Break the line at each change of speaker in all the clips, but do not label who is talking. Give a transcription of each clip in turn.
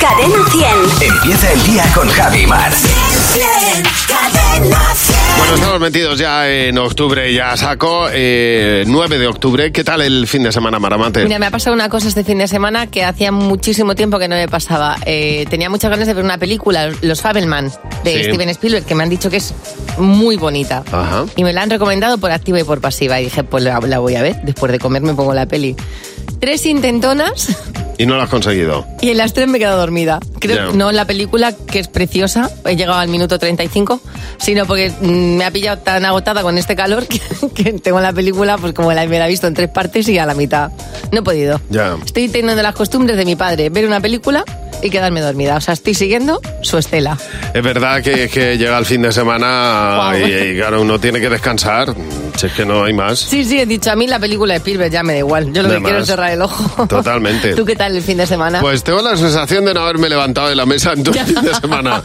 Cadena 100.
Empieza el día con Javi Mar.
Cadena 100.
Bueno, estamos metidos ya en octubre, ya saco, eh, 9 de octubre. ¿Qué tal el fin de semana, Maramate?
Mira, me ha pasado una cosa este fin de semana que hacía muchísimo tiempo que no me pasaba. Eh, tenía muchas ganas de ver una película, Los Fabelman, de
Sí.
Steven Spielberg, que me han dicho que es muy bonita.
Ajá.
Y me la han recomendado por activa y por pasiva. Y dije, pues la, la voy a ver. Después de comer me pongo la peli. Tres intentonas
Y no lo has conseguido.
y en las tres me he quedado dormida. Creo
Ya.
que no en la película, que es preciosa, he llegado al minuto 35, sino porque mm, me ha pillado tan agotada con este calor que, que tengo la película, pues como la, me la he visto en tres partes y a la mitad. No he podido.
Ya.
Estoy teniendo las costumbres de mi padre, ver una película y quedarme dormida. O sea, estoy siguiendo su estela.
Es verdad que, que llega el fin de semana
Guau.
y, y, claro, uno tiene que descansar. Si es que no hay más.
Sí, sí, he dicho, a mí la película de Spielberg ya me da igual. Yo lo
Da
que quiero
más.
es cerrar el ojo.
Totalmente.
¿Tú qué tal el fin de semana?
Pues tengo la sensación de no haberme levantado de la mesa en todo el fin de semana.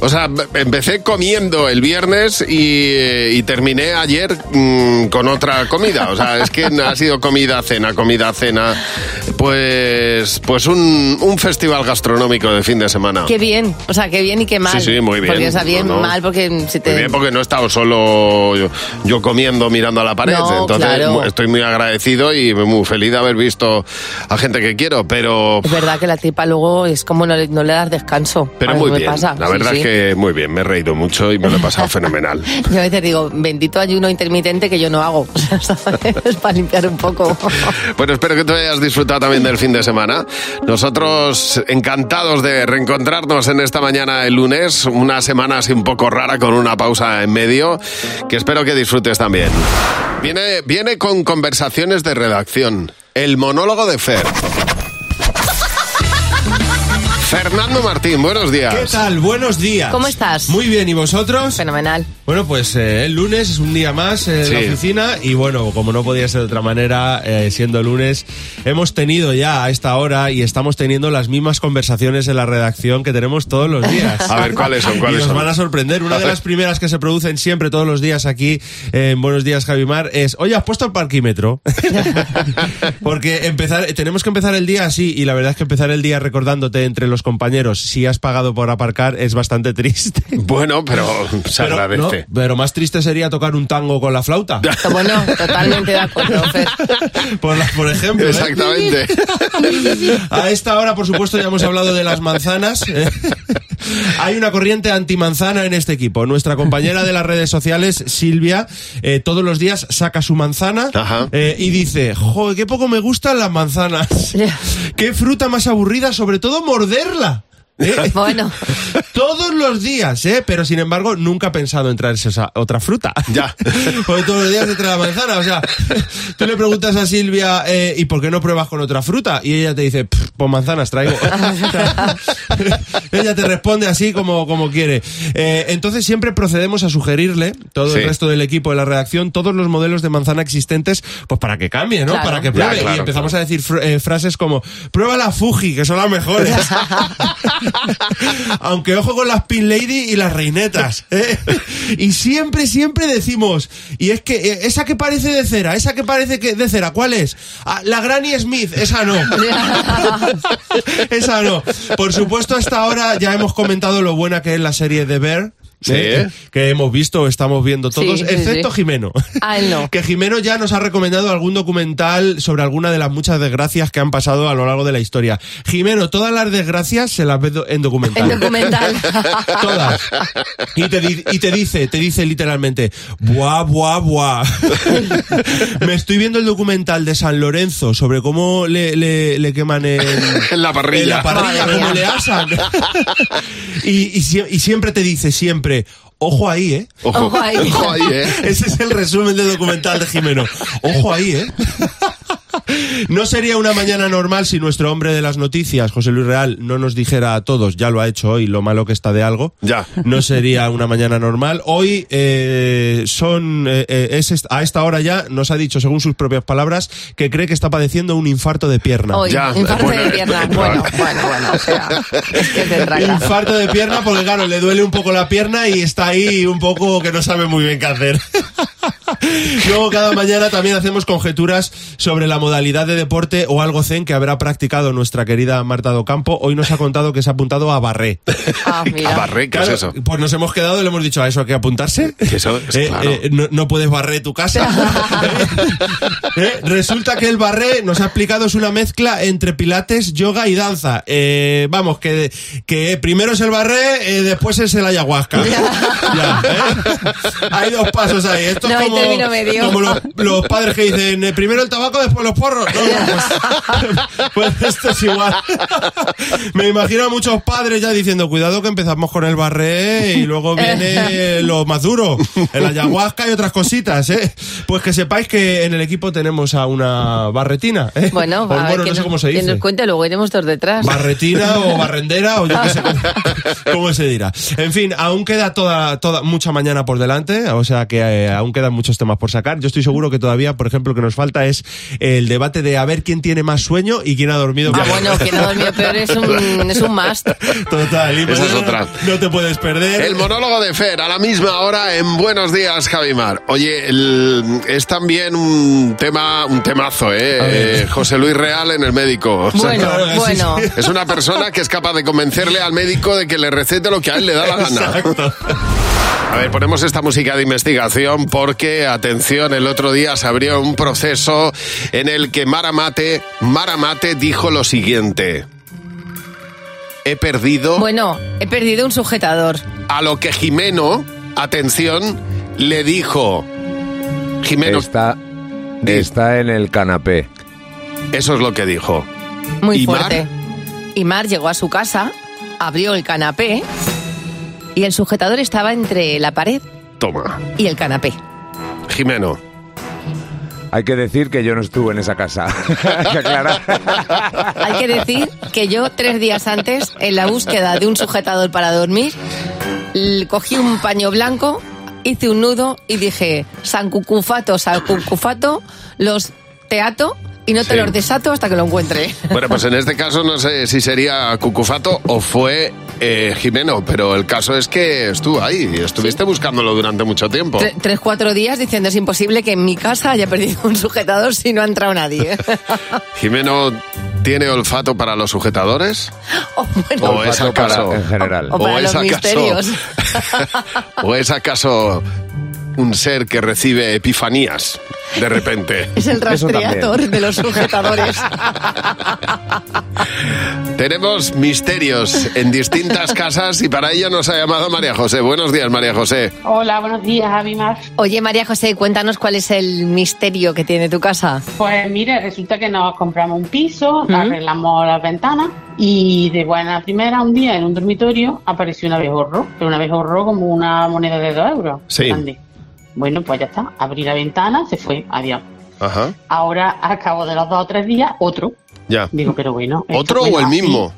O sea, em- empecé comiendo el viernes y, eh, y terminé ayer mm, con otra comida. O sea, es que ha sido comida, cena, comida, cena. Pues, pues un, un festival gastronómico de fin de semana.
Qué bien, o sea, qué bien y qué mal.
Sí, sí, muy bien.
Porque, o sea, bien,
No, no.
mal, porque si te...
Muy bien, porque no he estado solo yo, yo comiendo, mirando a la pared.
No,
Entonces
claro.
mu- estoy muy agradecido y muy feliz de haber visto a gente que quiero, pero,
Es verdad que la tripa luego es como no le, no le das descanso.
pero
A mí
muy
me
bien.
pasa,
La
sí,
verdad
sí.
es que muy bien, me he reído mucho y me lo he pasado fenomenal.
Yo a veces digo, bendito ayuno intermitente que yo no hago, ¿sabes? Para limpiar un poco.
Bueno, espero que tú hayas disfrutado también del fin de semana. Nosotros encantados de reencontrarnos en esta mañana el lunes, una semana así un poco rara con una pausa en medio, que espero que disfrutes también. Viene, viene con conversaciones de redacción. El monólogo de Fer. Fernando Martín, buenos
¿Qué
días.
tal? Buenos días.
¿Cómo estás?
Muy bien, ¿y vosotros?
Fenomenal.
Bueno, pues eh, el lunes es un día más eh, en
Sí.
la oficina y bueno, como no podía ser de otra manera, eh, siendo lunes, hemos tenido ya a esta hora y estamos teniendo las mismas conversaciones en la redacción que tenemos todos los días.
A ver, ¿cuáles son?
Y
¿Cuáles
nos
son?
van a sorprender. Una de las primeras que se producen siempre todos los días aquí en Buenos Días Javimar es, oye, ¿has puesto el parquímetro? Porque empezar, tenemos que empezar el día así y la verdad es que empezar el día recordándote entre los compañeros si has pagado por aparcar es bastante triste.
Bueno, pero se
Pero, no,
agradece.
pero más triste sería tocar un tango con la flauta.
Bueno, totalmente de acuerdo, Fer.
Por, la- por ejemplo. ¿eh?
Exactamente.
A esta hora, por supuesto, ya hemos hablado de las manzanas. ¿eh? Hay una corriente antimanzana en este equipo. Nuestra compañera de las redes sociales, Silvia, eh, todos los días saca su manzana
Ajá.
eh, y dice, joder, qué poco me gustan las manzanas.
Ya.
qué fruta más aburrida, sobre todo morderla. Eh,
Bueno,
Todos los días, ¿eh? Pero sin embargo, nunca he pensado en traerse esa otra fruta.
Ya.
Porque todos los días te trae la manzana. O sea, tú le preguntas a Silvia, eh, ¿y por qué no pruebas con otra fruta? Y ella te dice, "Pff, pues manzanas traigo. O sea, ella te responde así como, como quiere. Eh, entonces siempre procedemos a sugerirle, todo
Sí.
el resto del equipo de la redacción, todos los modelos de manzana existentes, pues para que cambie, ¿no?
Claro.
Para que
Ya,
pruebe.
claro,
y empezamos a decir fr- eh, frases como, prueba la Fuji, que son las mejores. Aunque ojo con las Pin Lady y las reinetas. ¿eh? Y siempre, siempre decimos, y es que eh, esa que parece de cera, esa que parece que de cera, ¿cuál es? Ah, la Granny Smith, esa no. esa no. Por supuesto, hasta ahora ya hemos comentado lo buena que es la serie de Bear.
Sí.
¿eh? Que hemos visto, estamos viendo todos,
Sí, sí,
excepto
sí.
Jimeno.
a él no.
Que Jimeno ya nos ha recomendado algún documental sobre alguna de las muchas desgracias que han pasado a lo largo de la historia. Jimeno, todas las desgracias se las ve do- en
En
documental.
documental.
todas. Y te, di- y te dice, te dice literalmente, buah, buah, buah. Me estoy viendo el documental de San Lorenzo sobre cómo le, le- le queman en,
En la parrilla.
en la parrilla,
Madre
cómo
mía.
le asan. Y, y sie- y siempre te dice, siempre, ojo ahí, ¿eh?
Ojo,
Ojo ahí.
ojo ahí, ¿eh?
Ese es el resumen del documental de Jimeno. Ojo ahí, ¿eh? No sería una mañana normal si nuestro hombre de las noticias, José Luis Real, no nos dijera a todos, ya lo ha hecho hoy, lo malo que está de algo.
Ya.
No sería una mañana normal. Hoy eh, son eh, eh, es est- a esta hora ya nos ha dicho, según sus propias palabras, que cree que está padeciendo un infarto de pierna.
Hoy,
Ya,
infarto
bueno,
de pierna. Bueno, bueno, bueno, o sea, es que te traga.
Infarto de pierna porque claro, le duele un poco la pierna y está ahí un poco que no sabe muy bien qué hacer. Luego cada mañana también hacemos conjeturas sobre la modalidad de deporte o algo zen que habrá practicado nuestra querida Marta Docampo. Hoy nos ha contado que se ha apuntado a barré.
Ah,
A
mira.
barrer, ¿qué es
Claro,
eso?
Pues nos hemos quedado y le hemos dicho a eso hay que apuntarse.
Que eso es
Eh,
claro.
eh, no, no puedes barrer tu casa. Eh, resulta que el barré, nos ha explicado, es una mezcla entre pilates, yoga y danza. Eh, vamos, que, que primero es el barré, eh, después es el ayahuasca. Ya, ¿eh? Hay dos pasos ahí. Esto
No
es
hay
como,
término medio.
como los, los padres que dicen eh, primero el tabaco, después los porros. No, no, pues, pues esto es igual. Me imagino a muchos padres ya diciendo, cuidado que empezamos con el barré y luego viene lo Pues más duro, el ayahuasca y otras cositas, ¿eh? Pues que sepáis que en el equipo tenemos a una barretina, ¿eh?
Bueno,
O,
a ver,
bueno, no
que
sé
nos-
cómo se
que
dice.
nos cuente, luego iremos todos detrás.
Barretina o barrendera o yo qué sé cómo, cómo se dirá. En fin, aún queda toda, toda mucha mañana por delante, o sea que eh, aún quedan muchos temas por sacar. Yo estoy seguro que todavía, por ejemplo, lo que nos falta es el debate de a ver quién tiene más sueño y quién ha dormido
Ah,
peor.
bueno, que no dormir peor es un, es un must.
Total, y
Esa es
mañana
otra.
No te puedes perder.
El monólogo de Fer a la misma hora en Buenos Días, Javimar. Oye, el- es también un tema, un temazo, ¿eh? Eh, José Luis Real en el médico. O sea,
Bueno,
claro que sí,
bueno.
sí.
Es una persona que es capaz de convencerle al médico de que le recete lo que a él le da la gana.
Exacto.
A ver, ponemos esta música de investigación porque, atención, el otro día se abrió un proceso en el que Mara Mate, Mara Mate dijo lo siguiente. He perdido
Bueno, he perdido un sujetador.
a lo que Jimeno, atención, le dijo. Jimeno,
Está,
Di.
está en el canapé.
eso es lo que dijo.
Muy
¿Y Mar?
fuerte. Y Mar llegó a su casa, abrió el canapé y el sujetador estaba entre la pared
Toma,
y el canapé.
Jimeno.
Hay que decir que yo no estuve en esa casa. Hay que aclarar.
Hay que decir que yo tres días antes, en la búsqueda de un sujetador para dormir, l- cogí un paño blanco, hice un nudo y dije, San Cucufato, San Cucufato, los teato y no te
Sí.
los desato hasta que lo encuentre.
Bueno, pues en este caso no sé si sería Cucufato o fue eh, Jimeno, pero el caso es que estuvo ahí y estuviste buscándolo durante mucho tiempo.
Tre- tres, cuatro días diciendo, es imposible que en mi casa haya perdido un sujetador si no ha entrado nadie.
Jimeno tiene olfato para los sujetadores
Oh, bueno.
o es
Olfato para-
acaso
en general.
O para
es
los
acaso-
misterios.
o es acaso un ser que recibe epifanías de repente.
Es el
Eso también.
rastreador de los sujetadores.
Tenemos misterios en distintas casas y para ello nos ha llamado María José. Buenos días, María José.
Hola, buenos días, Abimar.
Oye, María José, cuéntanos cuál es el misterio que tiene tu casa.
Pues mire, resulta que nos compramos un piso,
Ujú.
arreglamos las ventanas y de buena primera, un día en un dormitorio apareció un abejorro, pero un abejorro como una moneda de dos euros.
Sí.
grande. Bueno, pues ya está, abrí la ventana, se fue, adiós.
Ajá.
Ahora, al cabo de los dos o tres días, otro.
Ya.
Digo, pero bueno. esto,
¿Otro o
bueno,
el
así-
mismo?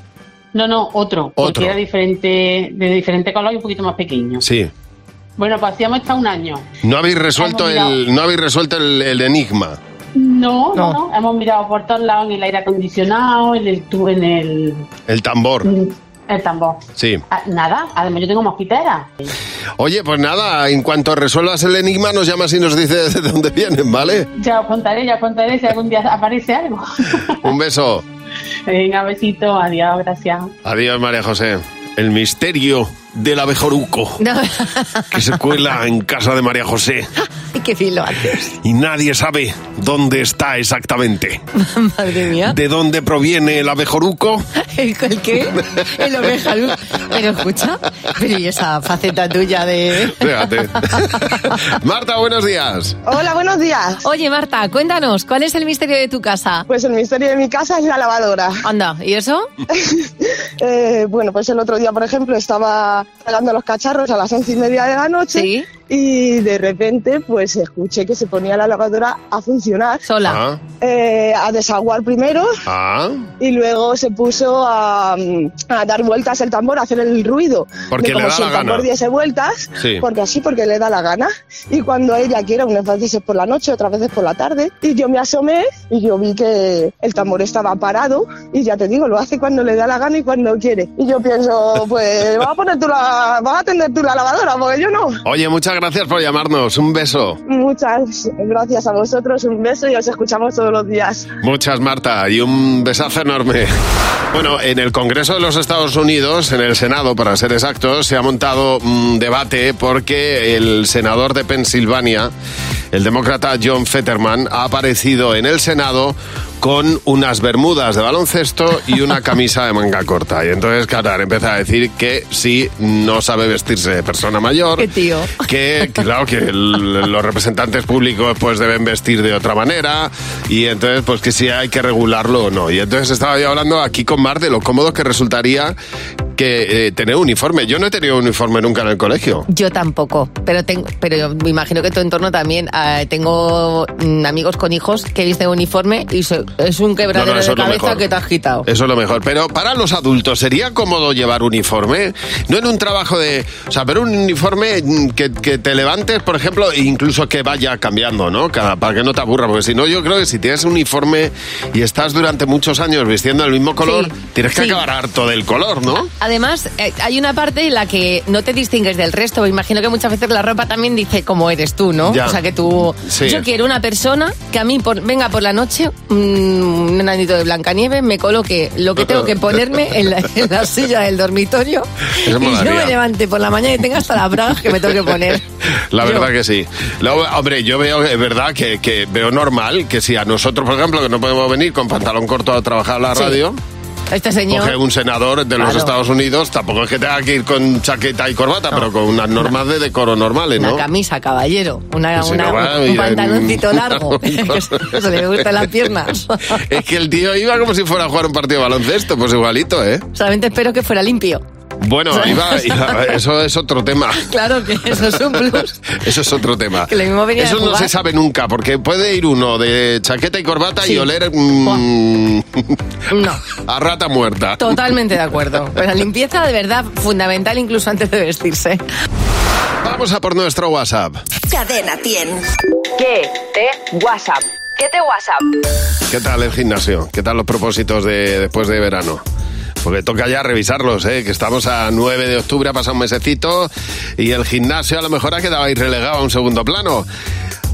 No, no, otro,
Otro.
Porque era diferente, de diferente color y un poquito más pequeño.
Sí.
Bueno, pues hacíamos hasta un año.
No habéis resuelto
Hemos mirado.
el, no habéis resuelto el, el enigma.
No,
No.
no, no, hemos mirado por todos lados en el aire acondicionado, en el tu- en el,
El tambor.
Mm. el tambor.
Sí.
Ah, nada, además yo tengo mosquitera.
Oye, pues nada, en cuanto resuelvas el enigma nos llamas y nos dices de dónde vienen, ¿vale?
Ya os contaré, ya os contaré si algún día aparece algo.
Un beso.
Venga, besito, adiós, gracias.
Adiós, María José. El misterio del abejoruco
No.
que se cuela en casa de María José
Ay, qué filo haces.
y nadie sabe dónde está exactamente.
Madre mía.
¿De dónde proviene el abejoruco?
¿El el qué? El oveja luz. Pero escucha, pero y esa faceta tuya de...
Fíjate. Marta, buenos días.
Hola, buenos días.
Oye, Marta, cuéntanos, ¿cuál es el misterio de tu casa?
Pues el misterio de mi casa es la lavadora.
Anda, ¿y eso?
Eh, bueno, pues el otro día, por ejemplo, estaba pagando los cacharros a las once y media de la noche
Sí.
y de repente pues escuché que se ponía la lavadora a funcionar,
Sola.
Ah,
eh, a desaguar primero
ah,
y luego se puso a, mm, a dar vueltas el tambor, a hacer el ruido.
Porque
de
le
como
da
si
la
el tambor
gana.
diese vueltas,
Sí.
porque así, porque le da la gana. Y cuando ella quiera, unas veces es por la noche, otras veces por la tarde, y yo me asomé y yo vi que el tambor estaba parado, y ya te digo, lo hace cuando le da la gana y cuando quiere. Y yo pienso, pues vas a poner tú la, vas a tender tú la lavadora, porque yo no.
Oye, muchas gracias por llamarnos. Un beso. abrazo.
Muchas gracias a vosotros, un beso y os escuchamos todos los días.
Muchas, Marta, y un besazo enorme. Bueno, en el Congreso de los Estados Unidos, en el Senado, para ser exactos, se ha montado un debate porque el senador de Pensilvania, el demócrata John Fetterman, ha aparecido en el Senado con unas bermudas de baloncesto y una camisa de manga corta. Y entonces, claro, empieza a decir que sí, no sabe vestirse de persona mayor.
Qué tío.
que claro que el- los representantes públicos pues deben vestir de otra manera y entonces pues que si hay que regularlo o no y entonces estaba yo hablando aquí con Mar de lo cómodo que resultaría que eh, tener uniforme yo no he tenido uniforme nunca en el colegio
Yo tampoco, pero tengo, pero me imagino que tu entorno también. Ah, tengo mm, amigos con hijos que visten uniforme y se- es un quebradero de
eso es lo
cabeza
mejor.
que te has quitado.
eso es lo mejor pero para los adultos sería cómodo llevar uniforme no en un trabajo de o sea pero un uniforme mm, que, que te levantes por ejemplo e incluso que vaya cambiando no Cada- para que no te aburra porque si no yo creo que si tienes un uniforme y estás durante muchos años vistiendo el mismo color tienes que
sí.
acabar harto del color no
Además, eh, hay una parte en la que no te distingues del resto. Me imagino que muchas veces la ropa también dice cómo eres tú, ¿no?
Ya.
O sea, que tú...
Sí.
Yo quiero una persona que a mí por- venga por la noche, mm, un enanito de Blancanieves, me coloque lo que tengo que ponerme en la, en la silla del dormitorio
Eso
y yo
molaría.
me levante por la mañana y tenga hasta la bragas que me tengo que poner.
La
Yo.
verdad que sí. Luego, hombre, yo veo, es verdad que, que veo normal que si a nosotros, por ejemplo, que no podemos venir con pantalón corto a trabajar a la
Sí.
radio,
Este señor...
coge un senador de los
Claro.
Estados Unidos, tampoco es que tenga que ir con chaqueta y corbata, pero con unas normas de decoro normales,
Una
¿no?
camisa, caballero. Una,
Que si
una-
no va,
un
mira,
pantaloncito
en-
largo. que se- se le gustan las piernas.
Es que el tío iba como si fuera a jugar un partido de baloncesto, pues igualito, ¿eh?
Solamente espero que fuera limpio.
Bueno, iba- iba- eso es otro tema.
Claro que eso es un plus.
Eso es otro tema.
Que lo mismo venía de
Eso no
jugar.
se sabe nunca, porque puede ir uno de chaqueta y corbata y
Sí.
oler mm,
No,
a rata muerta.
totalmente de acuerdo. Pero la limpieza de verdad fundamental incluso antes de vestirse.
Vamos a por nuestro WhatsApp.
Cadena 100.
¿Qué te WhatsApp? ¿Qué te WhatsApp?
¿Qué tal el gimnasio? ¿Qué tal los propósitos de después de verano? Porque toca ya revisarlos, ¿eh? que estamos a 9 de octubre, ha pasado un mesecito y el gimnasio a lo mejor ha quedado ahí relegado a un segundo plano.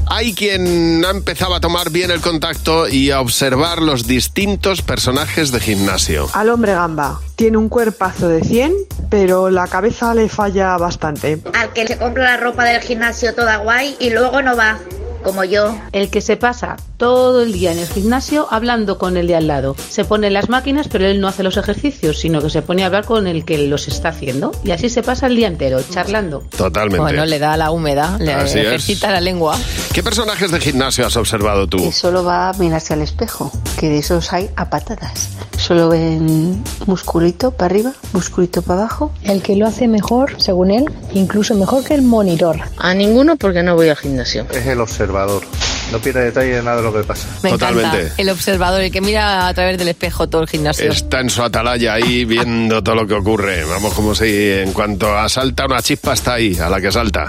Hay quien ha empezado a tomar bien el contacto y a observar los distintos personajes de gimnasio.
Al hombre gamba. Tiene un cuerpazo de 100, pero la cabeza le falla bastante.
Al que se compra la ropa del gimnasio toda guay y luego no va, como yo.
El que se pasa todo el día en el gimnasio hablando con el de al lado. Se pone en las máquinas, pero él no hace los ejercicios, sino que se pone a hablar con el que los está haciendo. Y así se pasa el día entero, charlando.
Totalmente.
Bueno, le da la humedad, le
Así es.
ejercita la lengua.
¿Qué personajes de gimnasio has observado tú?
que solo va a mirarse al espejo, que de esos hay a patadas. Solo ven musculito para arriba, musculito para abajo.
El que lo hace mejor, según él, incluso mejor que el monitor.
A ninguno porque no voy al gimnasio. Es el observador. No pierde detalle de nada de lo que pasa.
Me
Totalmente.
encanta. El observador, el que mira a través del espejo todo el gimnasio.
Está en su atalaya ahí viendo todo lo que ocurre. Vamos, como si en cuanto asalta una chispa está ahí, a la que salta.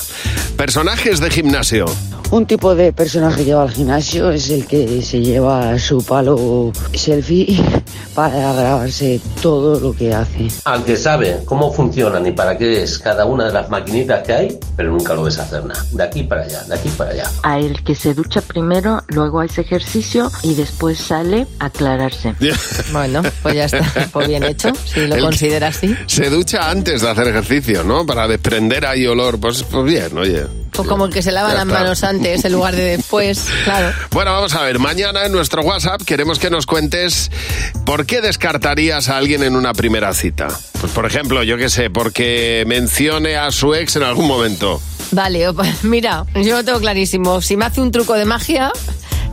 Personajes de gimnasio.
Un tipo de personaje que lleva al gimnasio es el que se lleva su palo selfie para grabarse todo lo que hace.
Al que sabe cómo funcionan y para qué es cada una de las maquinitas que hay, pero nunca lo ves hacer nada. De aquí para allá, de aquí para allá.
a el que se ducha primero, luego hace ejercicio y después sale a aclararse.
Bueno, pues ya está, pues bien hecho, si lo
El-
considera así.
Se ducha antes de hacer ejercicio, ¿no? Para desprender ahí olor. Pues, pues bien, oye.
Pues como el que se lava
Ya
las
está.
manos antes en lugar de después, claro.
Bueno, vamos a ver. Mañana en nuestro WhatsApp queremos que nos cuentes por qué descartarías a alguien en una primera cita. Pues, por ejemplo, yo qué sé, porque mencione a su ex en algún momento.
Vale, opa, mira, yo lo tengo clarísimo. Si me hace un truco de magia,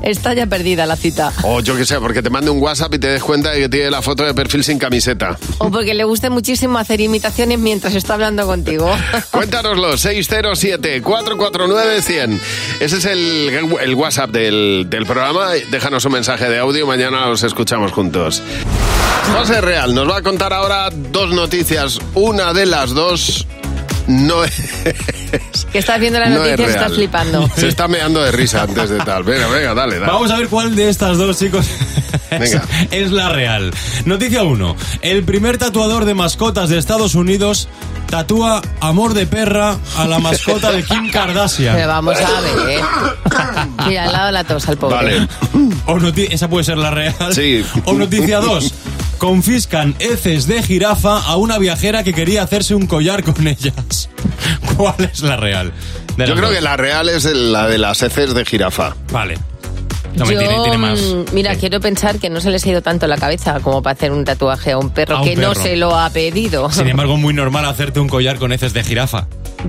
está ya perdida la cita.
O yo qué sé, porque te mande un WhatsApp y te des cuenta de que tiene la foto de perfil sin camiseta.
O porque le guste muchísimo hacer imitaciones mientras está hablando contigo.
Cuéntanoslo, 607-449-100. Ese es el, el WhatsApp del, del programa. Déjanos un mensaje de audio, mañana los escuchamos juntos. José Real nos va a contar ahora dos noticias. Una de las dos no es...
Que estás viendo la
no es
noticia y estás
real.
flipando.
Se está meando de risa antes de tal. Venga, venga, dale, dale.
Vamos a ver cuál de estas dos, chicos.
Venga.
Es la real. Noticia 1. El primer tatuador de mascotas de Estados Unidos
Tatúa amor de perra a la mascota de Kim Kardashian.
Pero vamos a ver. Mira, al lado de la tos al pobre.
O noti- esa puede ser la real. O noticia 2. Confiscan heces de jirafa a una viajera que quería hacerse un collar con ellas. ¿Cuál es la real? De
Yo
las
creo
dos.
que la real es el- la de las heces de jirafa.
Vale.
Yo, mm, Mira, quiero pensar que no se les ha ido tanto la cabeza como para hacer un tatuaje a un perro
A un
que no
perro.
se lo ha pedido.
Sin embargo, muy normal hacerte un collar con heces de jirafa.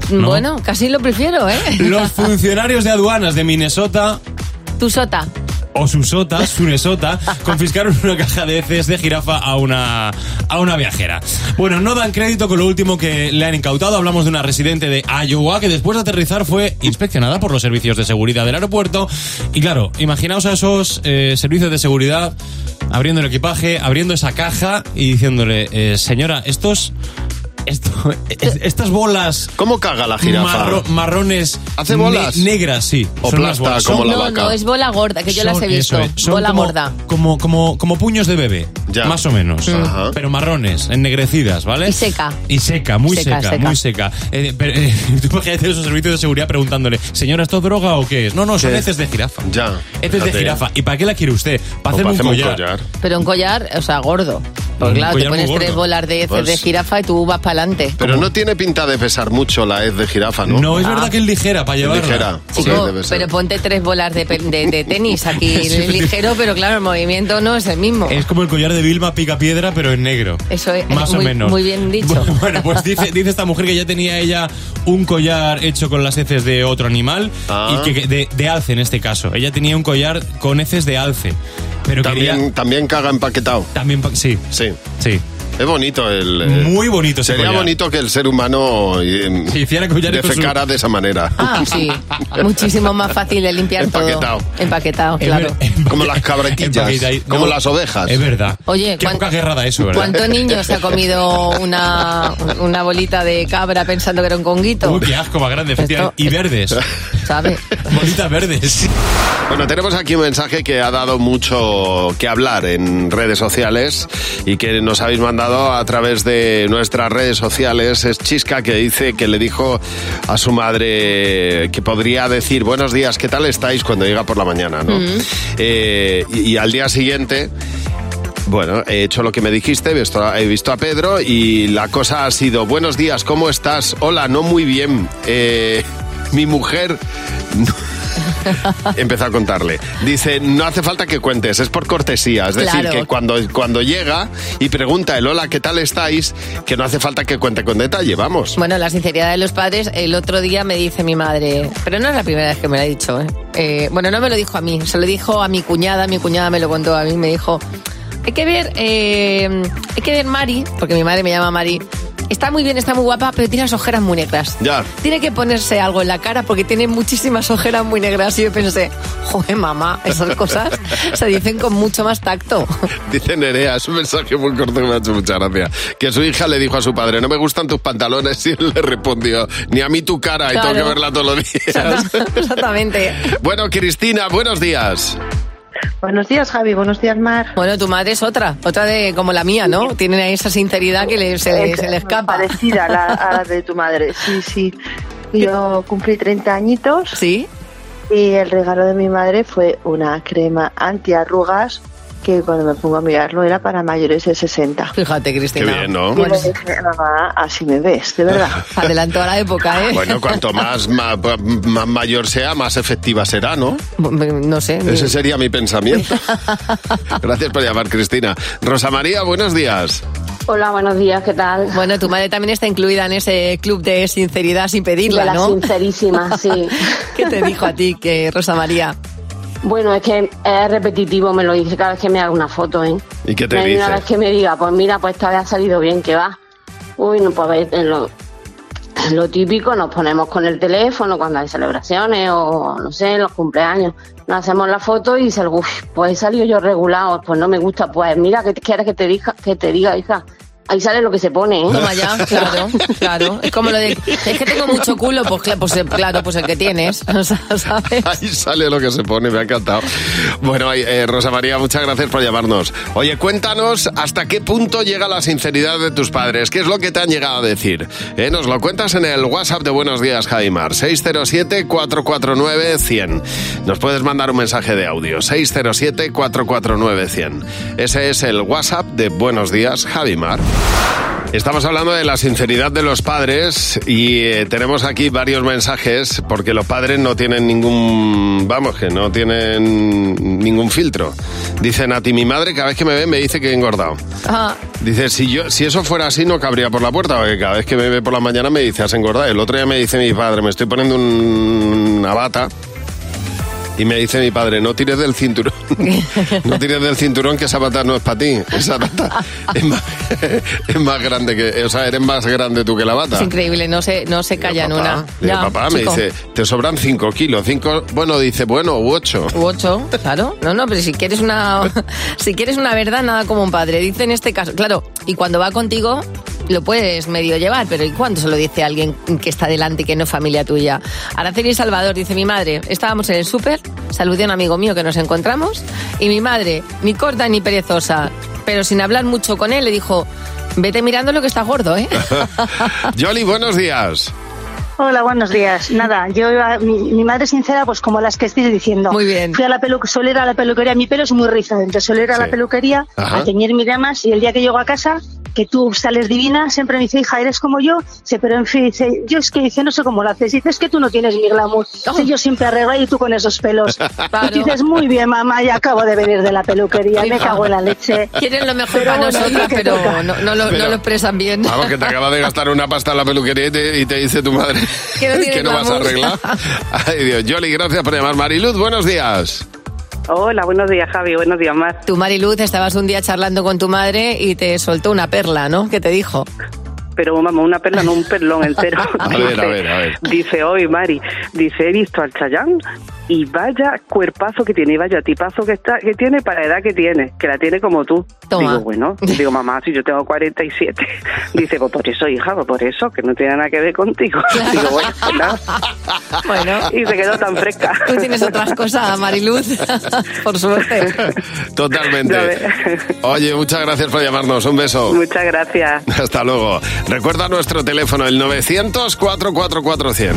¿no?
Bueno, casi lo prefiero, ¿eh?
Los funcionarios de aduanas de Minnesota
Tu sota.
o Susota, Sunesota, confiscaron una caja de heces de jirafa a una, a una viajera. Bueno, no dan crédito con lo último que le han incautado. Hablamos de una residente de Iowa que después de aterrizar fue inspeccionada por los servicios de seguridad del aeropuerto. Y claro, imaginaos a esos eh, servicios de seguridad abriendo el equipaje, abriendo esa caja y diciéndole, eh, señora, estos... esto- es- estas bolas...
¿Cómo caga la jirafa?
marrones...
¿Hace bolas?
ne- negras, sí.
O
Son unas
plasta,
bolas.
como la
no,
vaca.
no, es bola gorda, que yo las
Son-
he visto.
eso es. Son
bola
como-
gorda.
Como, como, como puños de bebé, más o menos. Pero marrones, ennegrecidas, ¿vale?
Y seca.
Y seca, muy
Seca,
seca,
seca.
muy seca. Eh, pero, eh, tú imagínate esos servicios de seguridad preguntándole, señora, ¿esto es droga o qué es? No, no, son
¿Qué?
heces de jirafa.
Ya.
Heces de
fíjate.
jirafa. ¿Y para qué la quiere usted? Para hacerme un
hacerme un
collar.
Pero un collar, o sea, gordo. Porque
Un
claro, te
collar muy
pones tres
gordo.
bolas de heces
Pues-
de jirafa y tú vas para adelante.
Pero no tiene pinta de pesar mucho la hez de jirafa, ¿no?
No, es verdad que es ligera para llevarla.
Ligera. sí,
Chico,
debe ser.
Ah. pero ponte tres bolas de, pe- de- de tenis aquí
Sí.
ligero, pero claro, el movimiento no es el mismo.
Es como el collar de Vilma Picapiedra, pero en negro.
Eso es
Más
muy,
o menos.
muy bien dicho.
Bueno, pues dice, dice esta mujer que ya tenía ella un collar hecho con las heces de otro animal
Ah.
y que- que de, de alce en este caso. Ella tenía un collar con heces de alce. Pero
también,
quería-
también caga empaquetado.
También, sí.
Sí.
Sí.
Es bonito el. eh,
Muy bonito ese
Sería
collar.
bonito que el ser humano eh,
Se hiciera collares con su-
defecara de esa manera.
Ah, sí. Muchísimo más fácil de limpiar
Empaquetado.
todo. Empaquetado, claro.
Como las cabretillas,
Empaquetado.
como
No,
las ovejas.
Es verdad.
Oye,
Qué
¿cuán-
poca guerrada eso, ¿verdad?
¿cuánto niño se ha comido una, una bolita de cabra pensando que era un conguito?
Uy, qué asco más grande, efectivamente. Y verdes.
¿Sabes?
Bolitas verdes.
Bueno, tenemos aquí un mensaje que ha dado mucho que hablar en redes sociales y que nos habéis mandado a través de nuestras redes sociales. Es Chisca que dice que le dijo a su madre que podría decir buenos días, ¿qué tal estáis? cuando llega por la mañana, ¿no?
Mm.
Eh, y, y al día siguiente... Bueno, he hecho lo que me dijiste, he visto, a- he visto a Pedro y la cosa ha sido, buenos días, ¿cómo estás? Hola, no muy bien. Eh, mi mujer Empezó a contarle. Dice, no hace falta que cuentes, es por cortesía. Es decir,
Claro.
que cuando, cuando llega y pregunta el hola, ¿qué tal estáis? Que no hace falta que cuente con detalle, vamos.
Bueno, la sinceridad de los padres, el otro día me dice mi madre, pero no es la primera vez que me lo ha dicho. ¿eh? Eh, bueno, no me lo dijo a mí, se lo dijo a mi cuñada, mi cuñada me lo contó a mí, me dijo, hay que ver, eh, hay que ver Mari, porque mi madre me llama Mari, está muy bien, está muy guapa, pero tiene las ojeras muy negras.
Ya.
Tiene que ponerse algo en la cara porque tiene muchísimas ojeras muy negras y yo pensé, joder mamá, esas cosas se dicen con mucho más tacto.
Dice Nerea, es un mensaje muy corto que me ha hecho mucha gracia. Que su hija le dijo a su padre, no me gustan tus pantalones y él le respondió, ni a mí tu cara y tengo
Claro.
que verla todos los días.
Exacta- Exactamente.
bueno, Cristina, buenos días.
Buenos días, Javi. Buenos días, Mar. Bueno, tu madre es otra, otra de como la mía, ¿no? Tienen ahí esa sinceridad que le- se, le, se le escapa.
Parecida a la, a la de tu madre, sí, sí. Yo cumplí 30 añitos.
Sí.
Y el regalo de mi madre fue una crema antiarrugas que cuando me pongo a mirarlo era para mayores de 60.
Fíjate, Cristina.
Qué bien, ¿no?
Y le dije, mamá, así me ves, de verdad.
Adelantó a la época, ¿eh?
Bueno, cuanto más, ma- ma- más mayor sea, más efectiva será, ¿no?
No sé.
Ese sería mi pensamiento. Gracias por llamar, Cristina. Rosa María, buenos días.
Hola, buenos días, ¿qué tal? Bueno, tu madre también está incluida en ese club de sinceridad sin pedirla,
De la
¿no?
sincerísima, sí.
¿Qué te dijo a ti, que Rosa María?
Bueno, es que es repetitivo, me lo dice cada vez que me haga una foto, ¿eh?
¿Y qué te
No hay
dice?
Una vez que me diga, pues mira, pues esta vez ha salido bien, que va. Uy, no, pues ves, en lo, en lo típico nos ponemos con el teléfono cuando hay celebraciones o, no sé, los cumpleaños. Nos hacemos la foto y salgo, "Uf, pues he salido yo regulado, pues no me gusta, pues mira, ¿qué quieres que te diga, que te diga hija? Ahí sale lo que se pone, ¿eh?
Toma ya, claro, claro. Es como lo de, es que tengo mucho culo, pues claro, pues, claro, pues el que tienes, o sea, ¿sabes?
Ahí sale lo que se pone, me ha encantado. Bueno, eh, Rosa María, muchas gracias por llamarnos. Oye, cuéntanos hasta qué punto llega la sinceridad de tus padres, qué es lo que te han llegado a decir. Eh, nos lo cuentas en el WhatsApp de Buenos Días, Jaimar, 607-449-100. Nos puedes mandar un mensaje de audio, 607-449-100. Ese es el WhatsApp de Buenos Días, Javimar. Estamos hablando de la sinceridad de los padres y eh, tenemos aquí varios mensajes porque los padres no tienen ningún, vamos, que no tienen ningún filtro. Dicen a ti, mi madre cada vez que me ve me dice que he engordado.
Ah,
Dice, si, yo, si eso fuera así no cabría por la puerta, porque cada vez que me ve por la mañana me dice, has engordado. El otro día me dice mi padre, me estoy poniendo un- una bata. Y me dice mi padre, no tires del cinturón, no tires del cinturón que esa bata no es para ti. Esa bata es más, es más grande que, o sea, eres más grande tú que la bata.
es increíble, no se, no se callan una.
Le digo,
Ya,
papá
chico.
me dice, te sobran 5 kilos, 5, bueno, dice, bueno, u 8.
U ocho, claro. No, no, pero si quieres una si quieres una verdad, nada como un padre. Dice en este caso, claro, y cuando va contigo lo puedes medio llevar, pero ¿y cuándo se lo dice alguien que está delante y que no es familia tuya? Araceli Salvador dice, mi madre, estábamos en el súper, saludé a un amigo mío que nos encontramos, y mi madre, ni corta ni perezosa, pero sin hablar mucho con él, le dijo, vete mirando lo que estás gordo, ¿eh?
Jolly, buenos días.
Hola, buenos días. Nada, yo iba- mi, mi madre sincera, pues como las que estáis diciendo. Muy bien. Fui a la pelu- suelo ir a la peluquería, mi pelo es muy rizado, entonces suelo ir a la peluquería
Ajá.
a teñir mis llamas y el día que llego a casa, que tú sales divina, siempre me dice, hija, eres como yo, dice, pero en fin, dice, yo es que dice, no sé cómo lo haces, dice, es que tú no tienes mi glamour, Dice, yo siempre arreglo y tú con esos pelos.
Claro.
Y dices, muy bien, mamá, ya acabo de venir de la peluquería, me cago en la leche.
Quieren lo mejor para
bueno, es lo
nosotras,
que
pero
toca.
no, no lo, no
Pero-
lo expresan bien.
Vamos, que te acaba de gastar una pasta en la peluquería y te, y te dice tu madre
Que no tiene
que no vas a
glamour.
arreglar. Ay, Dios. Jolly, gracias por llamar. Mariluz, buenos días.
Hola, buenos días, Javi. Buenos días, Mar.
Tu Mariluz, estabas un día charlando con tu madre y te soltó una perla, ¿no? ¿Qué te dijo?
Pero vamos, una perla, no un perlón entero.
A
Dice-
ver, a ver, a ver.
Dice hoy, Mari, dice, he visto al Chayán y vaya cuerpazo que tiene, y vaya tipazo que está que tiene para la edad que tiene, que la tiene como tú.
Toma.
Digo, bueno, digo, mamá, si yo tengo 47. Dice, pues por eso, hija, pues por eso, que no tiene nada que ver contigo. Digo, bueno, pues nada. Y se quedó tan fresca.
Tú tienes otras cosas, Mariluz, por suerte.
Totalmente. Oye, muchas gracias por llamarnos. Un beso.
Muchas gracias.
Hasta luego. Recuerda nuestro teléfono, el 900-444-100.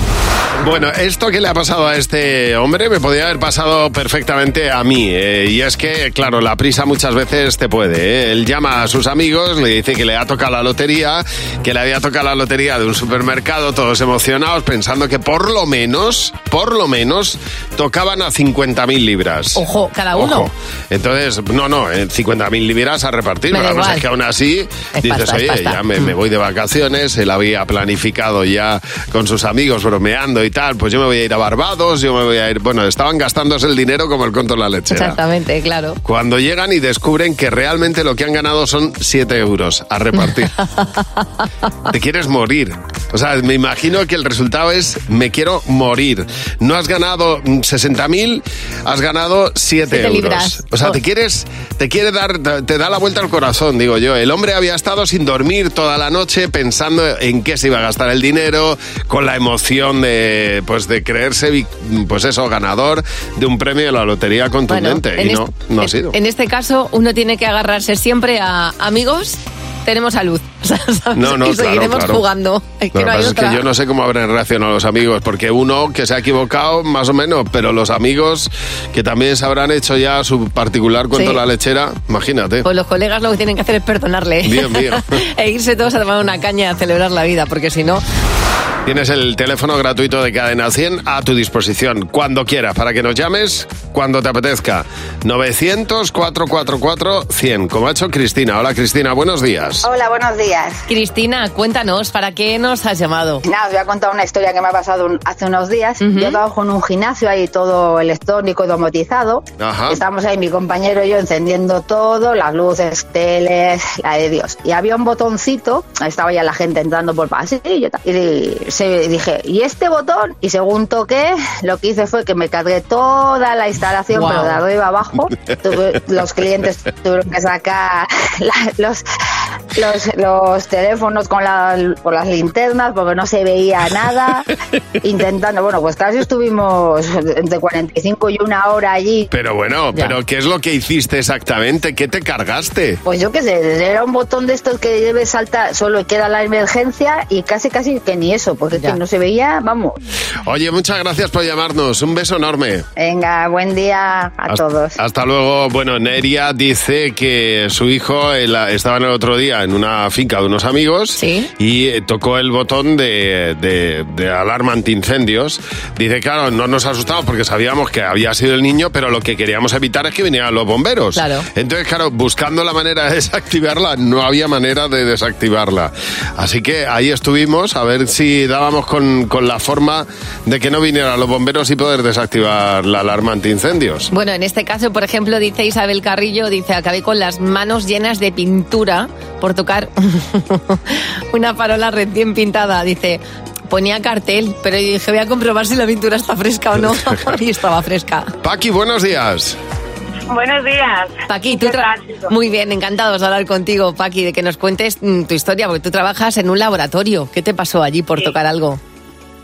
Bueno, esto que le ha pasado a este hombre me podría haber pasado perfectamente a mí. eh, y es que, claro, la prisa muchas veces te puede. eh. Él llama a sus amigos, le dice que le ha tocado la lotería, que le había tocado la lotería de un supermercado, todos emocionados, pensando que por lo menos, por lo menos, tocaban a 50.000 libras.
Ojo, cada uno.
Ojo. Entonces, no, no, eh, 50.000 libras a repartir.
Me da
La cosa
igual.
es que aún así
Es
dices,
pasta, es
oye,
pasta".
ya me,
Mm.
me voy de vacaciones, él había planificado ya con sus amigos bromeando y tal, pues yo me voy a ir a Barbados, yo me voy a ir... Bueno, estaban gastándose el dinero como el conto en la lechera.
Exactamente, claro.
Cuando llegan y descubren que realmente lo que han ganado son 7 euros a repartir. Te quieres morir. O sea, me imagino que el resultado es me quiero morir. No has ganado mm, 60.000, has ganado 7
Siete
euros.
libras. Oh.
O sea, te quieres te quiere dar te da la vuelta al corazón, digo yo. El hombre había estado sin dormir toda la noche pensando en qué se iba a gastar el dinero, con la emoción de pues de creerse vic- pues eso ganador de un premio de la lotería contundente
en
y no
este-
no ha sido.
En este caso, uno tiene que agarrarse siempre a amigos. Tenemos salud. ¿sabes?
No, no,
y seguiremos
claro, claro.
jugando. Es que no
Lo que
hay
pasa es
otra.
que yo no sé cómo habrán reaccionado los amigos, porque uno que se ha equivocado, más o menos, pero los amigos que también se habrán hecho ya su particular cuento
Sí.
la lechera, imagínate.
Pues los colegas lo que tienen que hacer es perdonarle.
Dios mío.
e irse todos a tomar una caña a celebrar la vida, porque si no,
Tienes el teléfono gratuito de Cadena 100 a tu disposición, cuando quieras, para que nos llames cuando te apetezca. 900-444-100, como ha hecho Cristina. Hola Cristina, buenos días.
Hola, buenos días.
Cristina, cuéntanos, ¿para qué nos has llamado?
Nada, os voy a contar una historia que me ha pasado un- hace unos días. Yo trabajo en un gimnasio ahí todo electrónico y domotizado.
Ajá.
Estábamos ahí, mi compañero y yo, encendiendo todo, las luces, teles, la de Dios. Y había un botoncito, estaba ya la gente entrando por pasillo y tal. Y se, dije, ¿y este botón? Y según toqué, lo que hice fue que me cargué toda la instalación,
Guau.
pero de arriba abajo. Tuve- los clientes tuvieron que sacar la- los los, los teléfonos con, la- con las linternas porque no se veía nada. Intentando, bueno, pues casi estuvimos entre 45 y una hora allí.
Pero bueno, pero ¿qué es lo que hiciste exactamente? ¿Qué te cargaste?
Pues yo qué sé, era un botón de estos que debes saltar, solo queda la emergencia y casi casi que ni eso, porque es que no se veía, vamos.
Oye, muchas gracias por llamarnos. Un beso enorme.
Venga, buen día a todos.
Hasta luego. Bueno, Neria dice que su hijo eh, la- estaba en el otro día en una finca de unos amigos y eh, tocó el botón de, de, de alarma antiincendios. Dice, claro, no nos asustamos porque sabíamos que había sido el niño, pero lo que queríamos evitar es que vinieran los bomberos.
Claro.
Entonces, claro, buscando la manera de desactivarla, no había manera de desactivarla. Así que ahí estuvimos a ver si dábamos con, con la forma de que no vinieran los bomberos y poder desactivar la alarma antiincendios.
Bueno, en este caso, por ejemplo, dice Isabel Carrillo, dice, acabé con las manos llenas de pintura por tocar una farola recién pintada. Dice, ponía cartel, pero yo dije, voy a comprobar si la pintura está fresca o no. y estaba fresca.
Paqui, buenos días.
Buenos días. Paqui, tú tra- Muy bien, encantados de hablar contigo, Paqui, de que nos cuentes mm, tu historia, porque tú trabajas en un laboratorio. ¿Qué te pasó allí por tocar algo?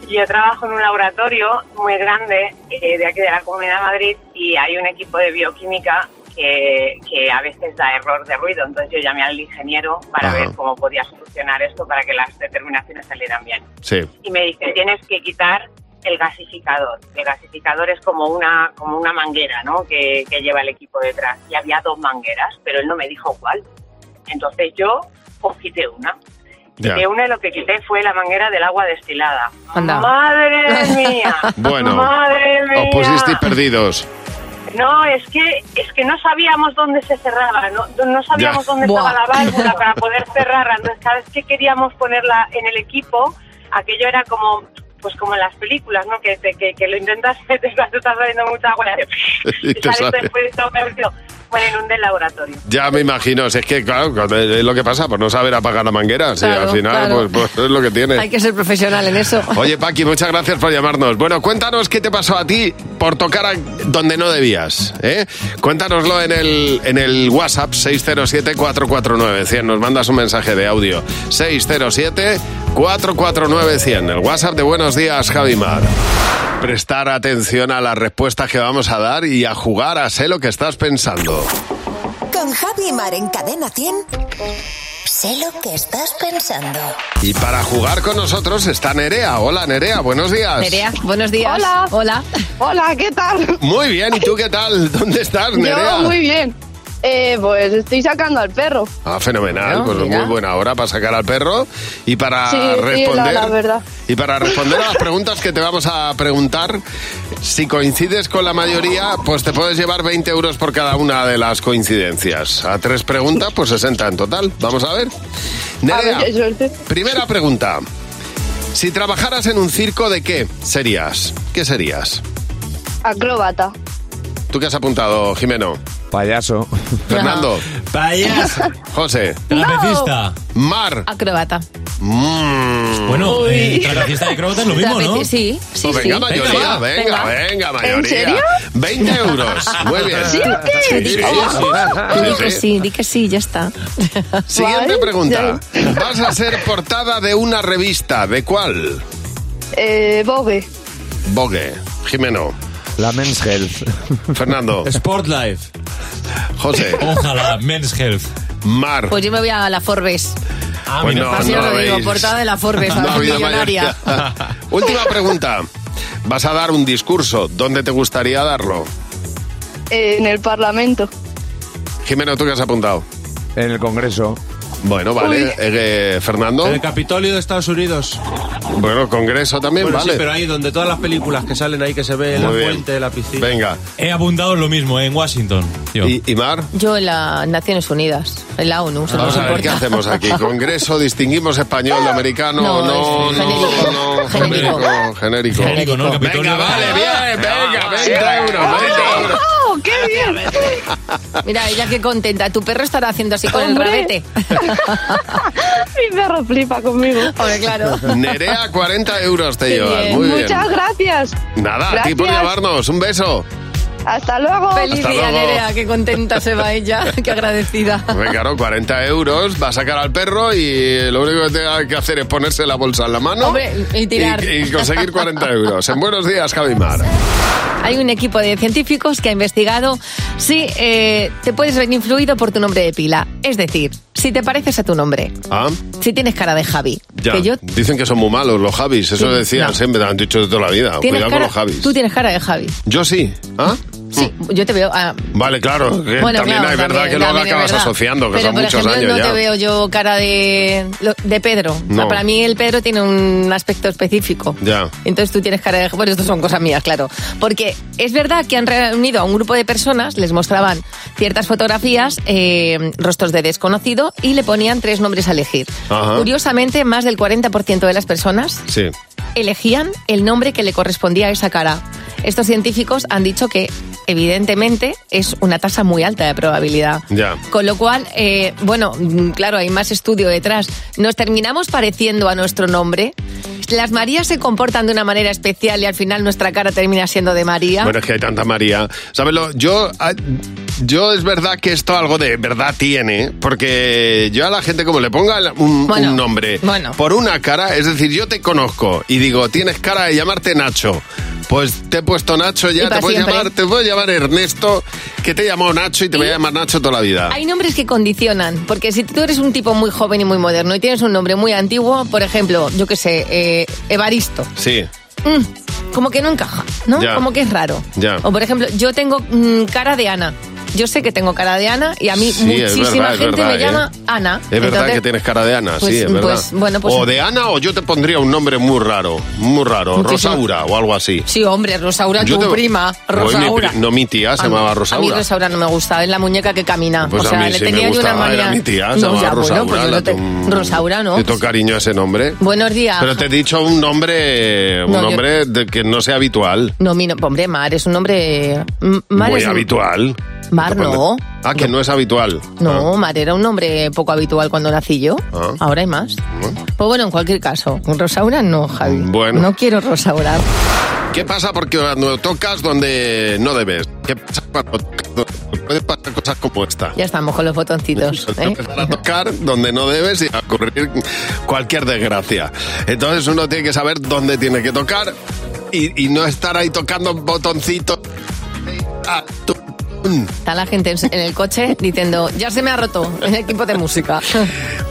Yo trabajo en un laboratorio muy grande eh, de aquí de la Comunidad de Madrid y hay un equipo de bioquímica que, que a veces da error de ruido. Entonces yo llamé al ingeniero para
Ajá.
ver cómo podía solucionar esto para que las determinaciones salieran bien.
Sí.
Y me dice, tienes que quitar el gasificador. El gasificador es como una, como una manguera ¿no? que, que lleva el equipo detrás. Y había dos mangueras, pero él no me dijo cuál. Entonces yo pues, quité una.
Ya.
Que una de lo que quité fue la manguera del agua destilada.
Anda.
¡Madre mía!
Bueno,
¡Madre mía!
os pusisteis perdidos.
No, es que, es que no sabíamos dónde se cerraba, no, no sabíamos
Ya.
dónde
Buah.
estaba la válvula para poder cerrarla. Entonces, cada vez que queríamos ponerla en el equipo, aquello era como pues como en las películas, ¿no? Que, te- que, que lo intentas meter cuando estás bebiendo mucha agua y hace-
Y
sale
te
todo
sale.
después todo perdido. Bueno, en un del laboratorio.
Ya me imagino, si es que claro, cuando- es lo que pasa, por no saber apagar la manguera, sí,
Claro,
al final
claro.
pues, pues es lo que
Hay
tiene.
que ser profesional en eso.
Oye, Paqui, muchas gracias por llamarnos. Bueno, cuéntanos qué te pasó a ti por tocar a- donde no debías, ¿eh? Cuéntanoslo en el, en el WhatsApp 607-449-100. Nos mandas un mensaje de audio. 607-449-100. El WhatsApp de Buenos Días, Javimar. Prestar atención a las respuestas que vamos a dar y a jugar a sé lo que estás pensando.
Con Javi y Mar en Cadena 100. Sé lo que estás pensando.
Y para jugar con nosotros está Nerea. Hola Nerea, buenos días.
Nerea, buenos días.
Hola.
Hola.
Hola, ¿qué tal?
Muy bien, ¿y tú qué tal? ¿Dónde estás, Nerea?
Yo muy bien. Eh, pues estoy sacando al perro.
Ah, fenomenal,
Bueno,
pues
mira.
muy buena hora para sacar al perro y para
sí, sí, la-
responder.
la verdad.
y para responder a las preguntas que te vamos a preguntar, si coincides con la mayoría, pues te puedes llevar 20 euros por cada una de las coincidencias. A tres preguntas, pues 60 en total. Vamos a ver. Nerea,
ver, eh. qué
primera pregunta. Si trabajaras en un circo, ¿de qué serías? ¿Qué serías?
Acróbata.
¿Tú qué has apuntado, Jimeno? Payaso. Fernando. Payaso. José.
Trapecista.
Mar.
Acrobata.
Bueno, eh, trapecista y acróbata es lo mismo, ¿no?
Trape- Sí, sí,
Mm. Pues
sí.
venga, mayoría, venga, venga, mayoría.
¿En serio?
20 euros. Muy bien.
¿Sí o qué? Tú
Sí, sí, sí,
di que
sí.
Oh, sí, di que sí, ya está.
Siguiente pregunta. Vas a ser portada de una revista. ¿De cuál?
Eh, Vogue.
Vogue. Jimeno. La Men's Health. Fernando. Sport Life. José.
Ah,
Ojalá, Men's Health. Mar.
Pues yo me voy a la Forbes.
Ah, Pues mira. no,
Así
no
os lo digo,
habéis-
portada de la Forbes,
No ha habido
millonaria.
mayoría. Última pregunta. Vas a dar un discurso. ¿Dónde te gustaría darlo?
Eh, en el Parlamento.
Jimeno, ¿tú qué has apuntado? En el Congreso. Bueno, vale.
Uy.
Eh, eh, Fernando.
En el Capitolio de Estados Unidos.
Bueno, Congreso también,
Bueno,
vale.
sí, pero ahí donde todas las películas que salen ahí que se ve
Muy
la
bien.
fuente, la piscina.
Venga.
He abundado en lo mismo, en Washington.
¿Y, Mar?
Yo en las Naciones Unidas, en la ONU, se
Vamos
nos
a ver,
importa.
¿qué hacemos aquí? ¿Congreso? ¿Distinguimos español de americano?
No,
No, no,
es
no,
genérico.
no, genérico. Genérico, Venga, vale, bien, venga, 20 euros, 20 euros.
¡Oh, qué bien!
Mira, ella qué contenta. Tu perro estará haciendo así con
Hombre.
el rabete.
Mi perro flipa conmigo.
Hombre, claro.
Nerea, 40 euros te llevas. Muy bien.
Muchas gracias.
Nada, a ti por
Gracias.
llevarnos. Un beso.
Hasta luego.
Feliz
Hasta
día,
luego.
Nerea, qué contenta se va ella, qué agradecida.
Hombre, claro, 40 euros, va a sacar al perro y lo único que tenga que hacer es ponerse la bolsa en la mano
Hombre, y tirar.
y- y conseguir 40 euros. En buenos días, Javimar.
Hay un equipo de científicos que ha investigado si eh, te puedes ver influido por tu nombre de pila. Es decir, si te pareces a tu nombre.
Ah,
Si tienes cara de Javi.
ya.
Que yo
Dicen que son muy malos los Javis, eso
Sí,
decían
no.
siempre, te lo han dicho de toda la vida.
tienes
Ah, Cuidado
cara-
con los Javis.
Tú tienes cara de Javi.
Yo sí, ¿ah? Mm,
Sí, yo te veo. ah,
Vale, claro, que
Bueno,
también
claro,
hay verdad
también-
que luego
también es
acabas
verdad.
asociando, que
Pero,
son
por
muchos
ejemplo,
años
no
ya.
te veo yo cara de, lo- de Pedro. O sea,
No.
para mí el Pedro tiene un aspecto específico.
Ya.
Entonces tú tienes cara de... Bueno, esto son cosas mías, claro. Porque es verdad que han reunido a un grupo de personas, les mostraban ciertas fotografías, eh, rostros de desconocido, y le ponían tres nombres a elegir.
Ajá.
Curiosamente, más del 40% de las personas
Sí.
elegían el nombre que le correspondía a esa cara. Estos científicos han dicho que, evidentemente, es una tasa muy alta de probabilidad.
Ya.
Con lo cual, eh, bueno, mm, claro, hay más estudio detrás. Nos terminamos pareciendo a nuestro nombre. Las Marías se comportan de una manera especial y al final nuestra cara termina siendo de María.
Bueno, es que hay tanta María. ¿Sabes lo? Yo, ah, yo es verdad que esto algo de verdad tiene, porque yo a la gente como le ponga la- un,
Bueno,
un nombre
bueno.
por una cara, es decir, yo te conozco y digo, tienes cara de llamarte Nacho. Pues te he puesto Nacho
Y
ya,
para
te puedo
siempre.
llamar, te puedo llamar Ernesto, que te he llamado Nacho y te voy a llamar Nacho toda la vida.
Hay nombres que condicionan, porque si tú eres un tipo muy joven y muy moderno y tienes un nombre muy antiguo, por ejemplo, yo qué sé, eh, Evaristo.
Sí,
Mm, como que no encaja, ¿no?
Ya.
Como que es raro.
ya.
O por ejemplo, yo tengo mm, cara de Ana. Yo sé que tengo cara de Ana y a mí
Sí, es
muchísima
verdad, es
gente
verdad,
me
¿eh?
llama Ana.
Es verdad
Entonces,
que tienes cara de Ana,
pues,
sí, es verdad.
pues, bueno, pues-
o de Ana o yo te pondría un nombre muy raro, muy raro,
Muchísimo.
Rosaura o algo así.
Sí, hombre, Rosaura,
Yo
tu
te-
prima,
Pues mi pri-
Rosaura. Ah,
no, mi tía se
A mí-
llamaba
A mí
Rosaura.
Rosaura no me gustaba, es la muñeca que camina.
Pues
o
a
sea,
mí
le
sí me
tenía yo una
gustaba, era
manía.
mi tía,
no,
se llamaba
ya, bueno,
Rosaura,
pues yo
la
no te-
tu-
Rosaura, ¿no?
Te toca cariño a ese nombre.
Buenos días.
Pero te he dicho un nombre, un
No, yo-
nombre de que no sea habitual.
No, mi no- hombre, Mar es un nombre... M- Mar
muy
es un-
habitual.
Mar no.
Ah, que no es habitual.
No, Mar era un nombre poco habitual cuando nací yo.
Ah.
Ahora hay más. Pues bueno, en cualquier caso, con Rosaura no, Javi.
Bueno.
No quiero Rosaura.
¿Qué pasa porque cuando tocas donde no debes? ¿Qué pasa cuando tocas donde pueden pasar cosas como esta?
Ya estamos con los botoncitos. ¿eh?
empezar a tocar donde no debes y a ocurrir cualquier desgracia. Entonces uno tiene que saber dónde tiene que tocar y, y no estar ahí tocando botoncitos. Ah, tú.
Está la gente en en el coche diciendo, ya se me ha roto el equipo de música.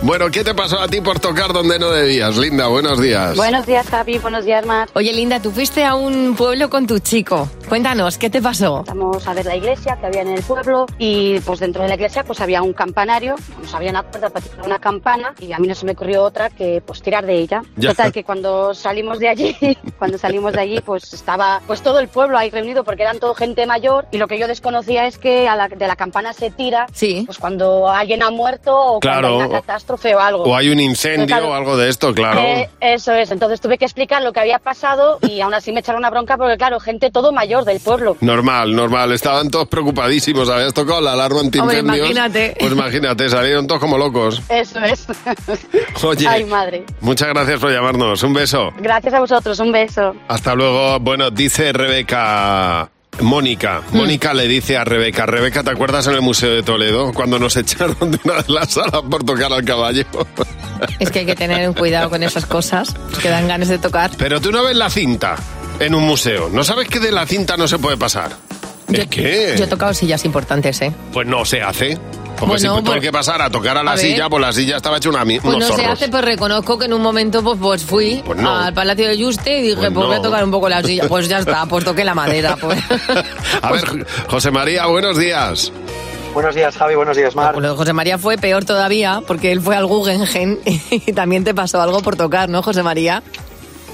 Bueno, ¿qué te pasó a ti por tocar donde no debías? Linda, buenos días.
Buenos días, Javi. Buenos días, Mar.
Oye, Linda, tú fuiste a un pueblo con tu chico. Cuéntanos, ¿qué te pasó?
Vamos a ver la iglesia que había en el pueblo y pues dentro de la iglesia pues había un campanario, nos habían acordado para tirar una campana y a mí no se me ocurrió otra que pues tirar de ella.
Ya.
Total que cuando salimos de allí, cuando salimos de allí pues estaba pues todo el pueblo ahí reunido porque eran todo gente mayor y lo que yo desconocía es que a la- de la campana se tira pues cuando alguien ha muerto o
Claro.
cuando hay una catástrofe o algo.
O hay un
Entonces,
incendio
claro,
o algo de esto, claro.
Eh, eso es, entonces tuve que explicar lo que había pasado y aún así me echaron una bronca porque, claro, gente todo mayor del pueblo.
Normal, normal. Estaban todos preocupadísimos. Habías tocado la alarma antiincendios.
Hombre, imagínate.
Pues imagínate, salieron todos como locos.
Eso es.
Oye.
Ay, madre.
Muchas gracias por llamarnos. Un beso.
Gracias a vosotros, un beso.
Hasta luego. Bueno, dice Rebeca. Mónica,
Hmm.
Mónica le dice a Rebeca, Rebeca, ¿te acuerdas en el Museo de Toledo cuando nos echaron de una de las salas por tocar al caballo?
Es que hay que tener un cuidado con esas cosas que dan ganas de tocar.
Pero tú no ves la cinta en un museo, ¿no sabes que de la cinta no se puede pasar? ¿Es que?
Yo he tocado sillas importantes, ¿eh?
Pues no se hace. Porque
Bueno,
si tuve
pues-
que pasar a tocar a la
a ver.
silla, pues la silla estaba hecha una, mi-
Pues
unos
no se
zorros.
hace, pues reconozco que en un momento pues, pues fui
Pues no.
al Palacio de Yuste y dije,
Pues
pues, voy
no.
a tocar un poco la silla. Pues ya está, pues toqué la madera. Pues.
A ver, José María, buenos días.
Buenos días, Javi. Buenos días, Mar.
pues Lo de José María fue peor todavía porque él fue al Guggenheim y también te pasó algo por tocar, ¿no, José María?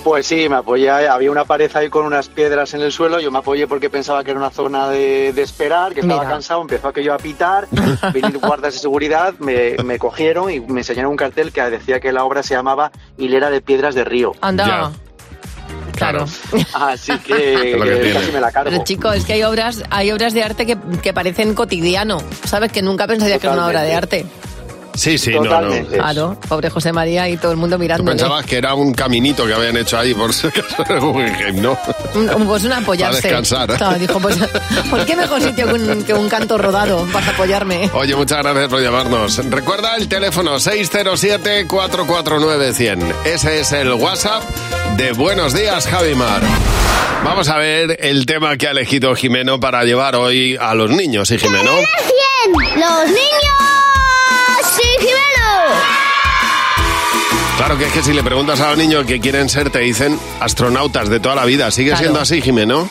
Pues sí, me apoyé. Había una pared ahí con unas piedras en el suelo. Yo me apoyé porque pensaba que era una zona de, de esperar, que estaba cansado. Empezó aquello a pitar. Venir guardas de seguridad, me, me cogieron y me enseñaron un cartel que decía que la obra se llamaba Hilera de Piedras de Río.
Anda. Ya.
Claro.
Así que,
Es lo que
eh,
tiene.
casi me la cargo.
Oh.
Pero chico, es que hay obras, hay obras de arte que, que parecen cotidiano, ¿sabes? Que nunca pensaría que era una obra de arte.
Sí, sí, no, no.
Claro, pobre José María y todo el mundo mirando.
Pensabas que era un caminito que habían hecho ahí por si acaso era Guggenheim, ¿no?
Pues un apoyarse.
Para descansar, ¿eh?
Claro, dijo, pues, ¿por qué mejor sitio que un, que un canto rodado para apoyarme?
Oye, muchas gracias por llamarnos. Recuerda el teléfono 607-449-100. Ese es el WhatsApp de Buenos Días, Javimar. Vamos a ver el tema que ha elegido Jimeno para llevar hoy a los niños, ¿sí, Jimeno?
¡Los niños! ¡Sí,
Claro que es que si le preguntas a los niños que quieren ser, te dicen astronautas de toda la vida. ¿Sigue
Claro.
siendo así, Jimeno?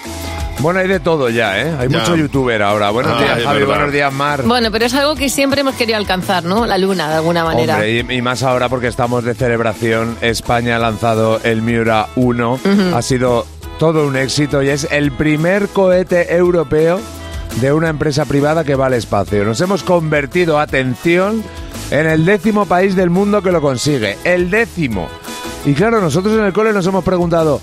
Bueno, hay de todo ya, ¿eh? Hay
Ya.
mucho youtuber ahora. Buenos
Ah,
días,
es
Javi.
verdad.
Buenos días, Mar.
Bueno, pero es algo que siempre hemos querido alcanzar, ¿no? La luna, de alguna manera.
Hombre, y, y más ahora porque estamos de celebración. España ha lanzado el Miura 1. Ha sido todo un éxito y es el primer cohete europeo de una empresa privada que va al espacio. Nos hemos convertido, atención, en el décimo país del mundo que lo consigue. El décimo. Y claro, nosotros en el cole nos hemos preguntado,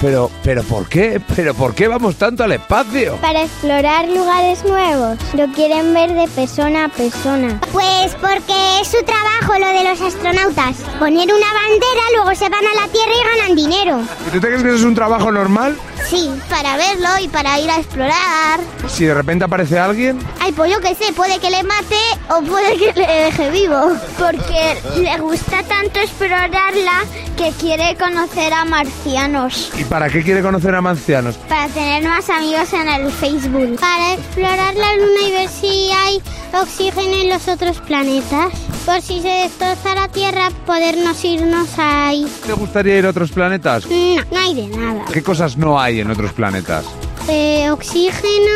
pero, pero ¿por qué? ¿Pero por qué vamos tanto al espacio?
Para explorar lugares nuevos. Lo quieren ver de persona a persona. Pues porque es su trabajo lo de los astronautas. Poner una bandera, luego se van a la Tierra y ganan dinero.
¿Y ¿Tú te crees que eso es un trabajo normal?
Sí, para verlo y para ir a explorar.
Si de repente aparece alguien,
Ay, pues yo qué sé, puede que le mate o puede que le deje vivo. Porque le gusta tanto explorarla que quiere conocer a marcianos.
¿y para qué quiere conocer a marcianos?
Para tener más amigos en el Facebook. Para explorar la luna y ver si hay oxígeno en los otros planetas. Por si se destroza la Tierra, podernos irnos ahí.
¿Te gustaría ir a otros planetas?
No, no hay de nada.
¿Qué cosas no hay en otros planetas?
Eh, oxígeno,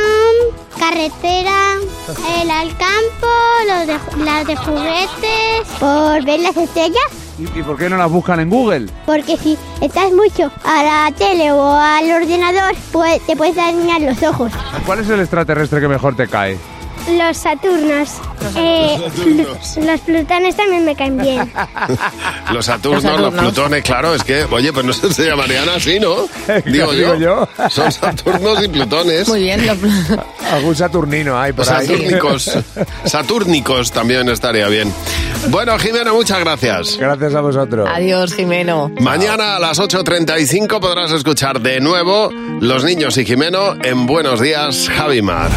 carretera, el al campo, los de, las de juguetes. ¿Por ver las estrellas?
¿Y, y por qué no las buscan en Google?
Porque si estás mucho a la tele o al ordenador, pues te puedes dañar los ojos.
¿Cuál es el extraterrestre que mejor te cae?
Los Saturnos.
Eh, Saturnos.
los Plutones también me caen bien.
Los Saturnos,
Los
los,
Saturnos.
Plutones, claro, es que, oye, pues no se llamarían así, ¿no? Digo yo.
digo yo.
Son Saturnos y Plutones.
Muy bien, lo-
Algún Saturnino hay por ahí.
Saturnicos. Saturnicos Pues también estaría bien. Bueno, Jimeno, muchas gracias.
Gracias a vosotros.
Adiós, Jimeno.
Mañana a las 8.35 podrás escuchar de nuevo Los Niños y Jimeno en Buenos Días, Javimar.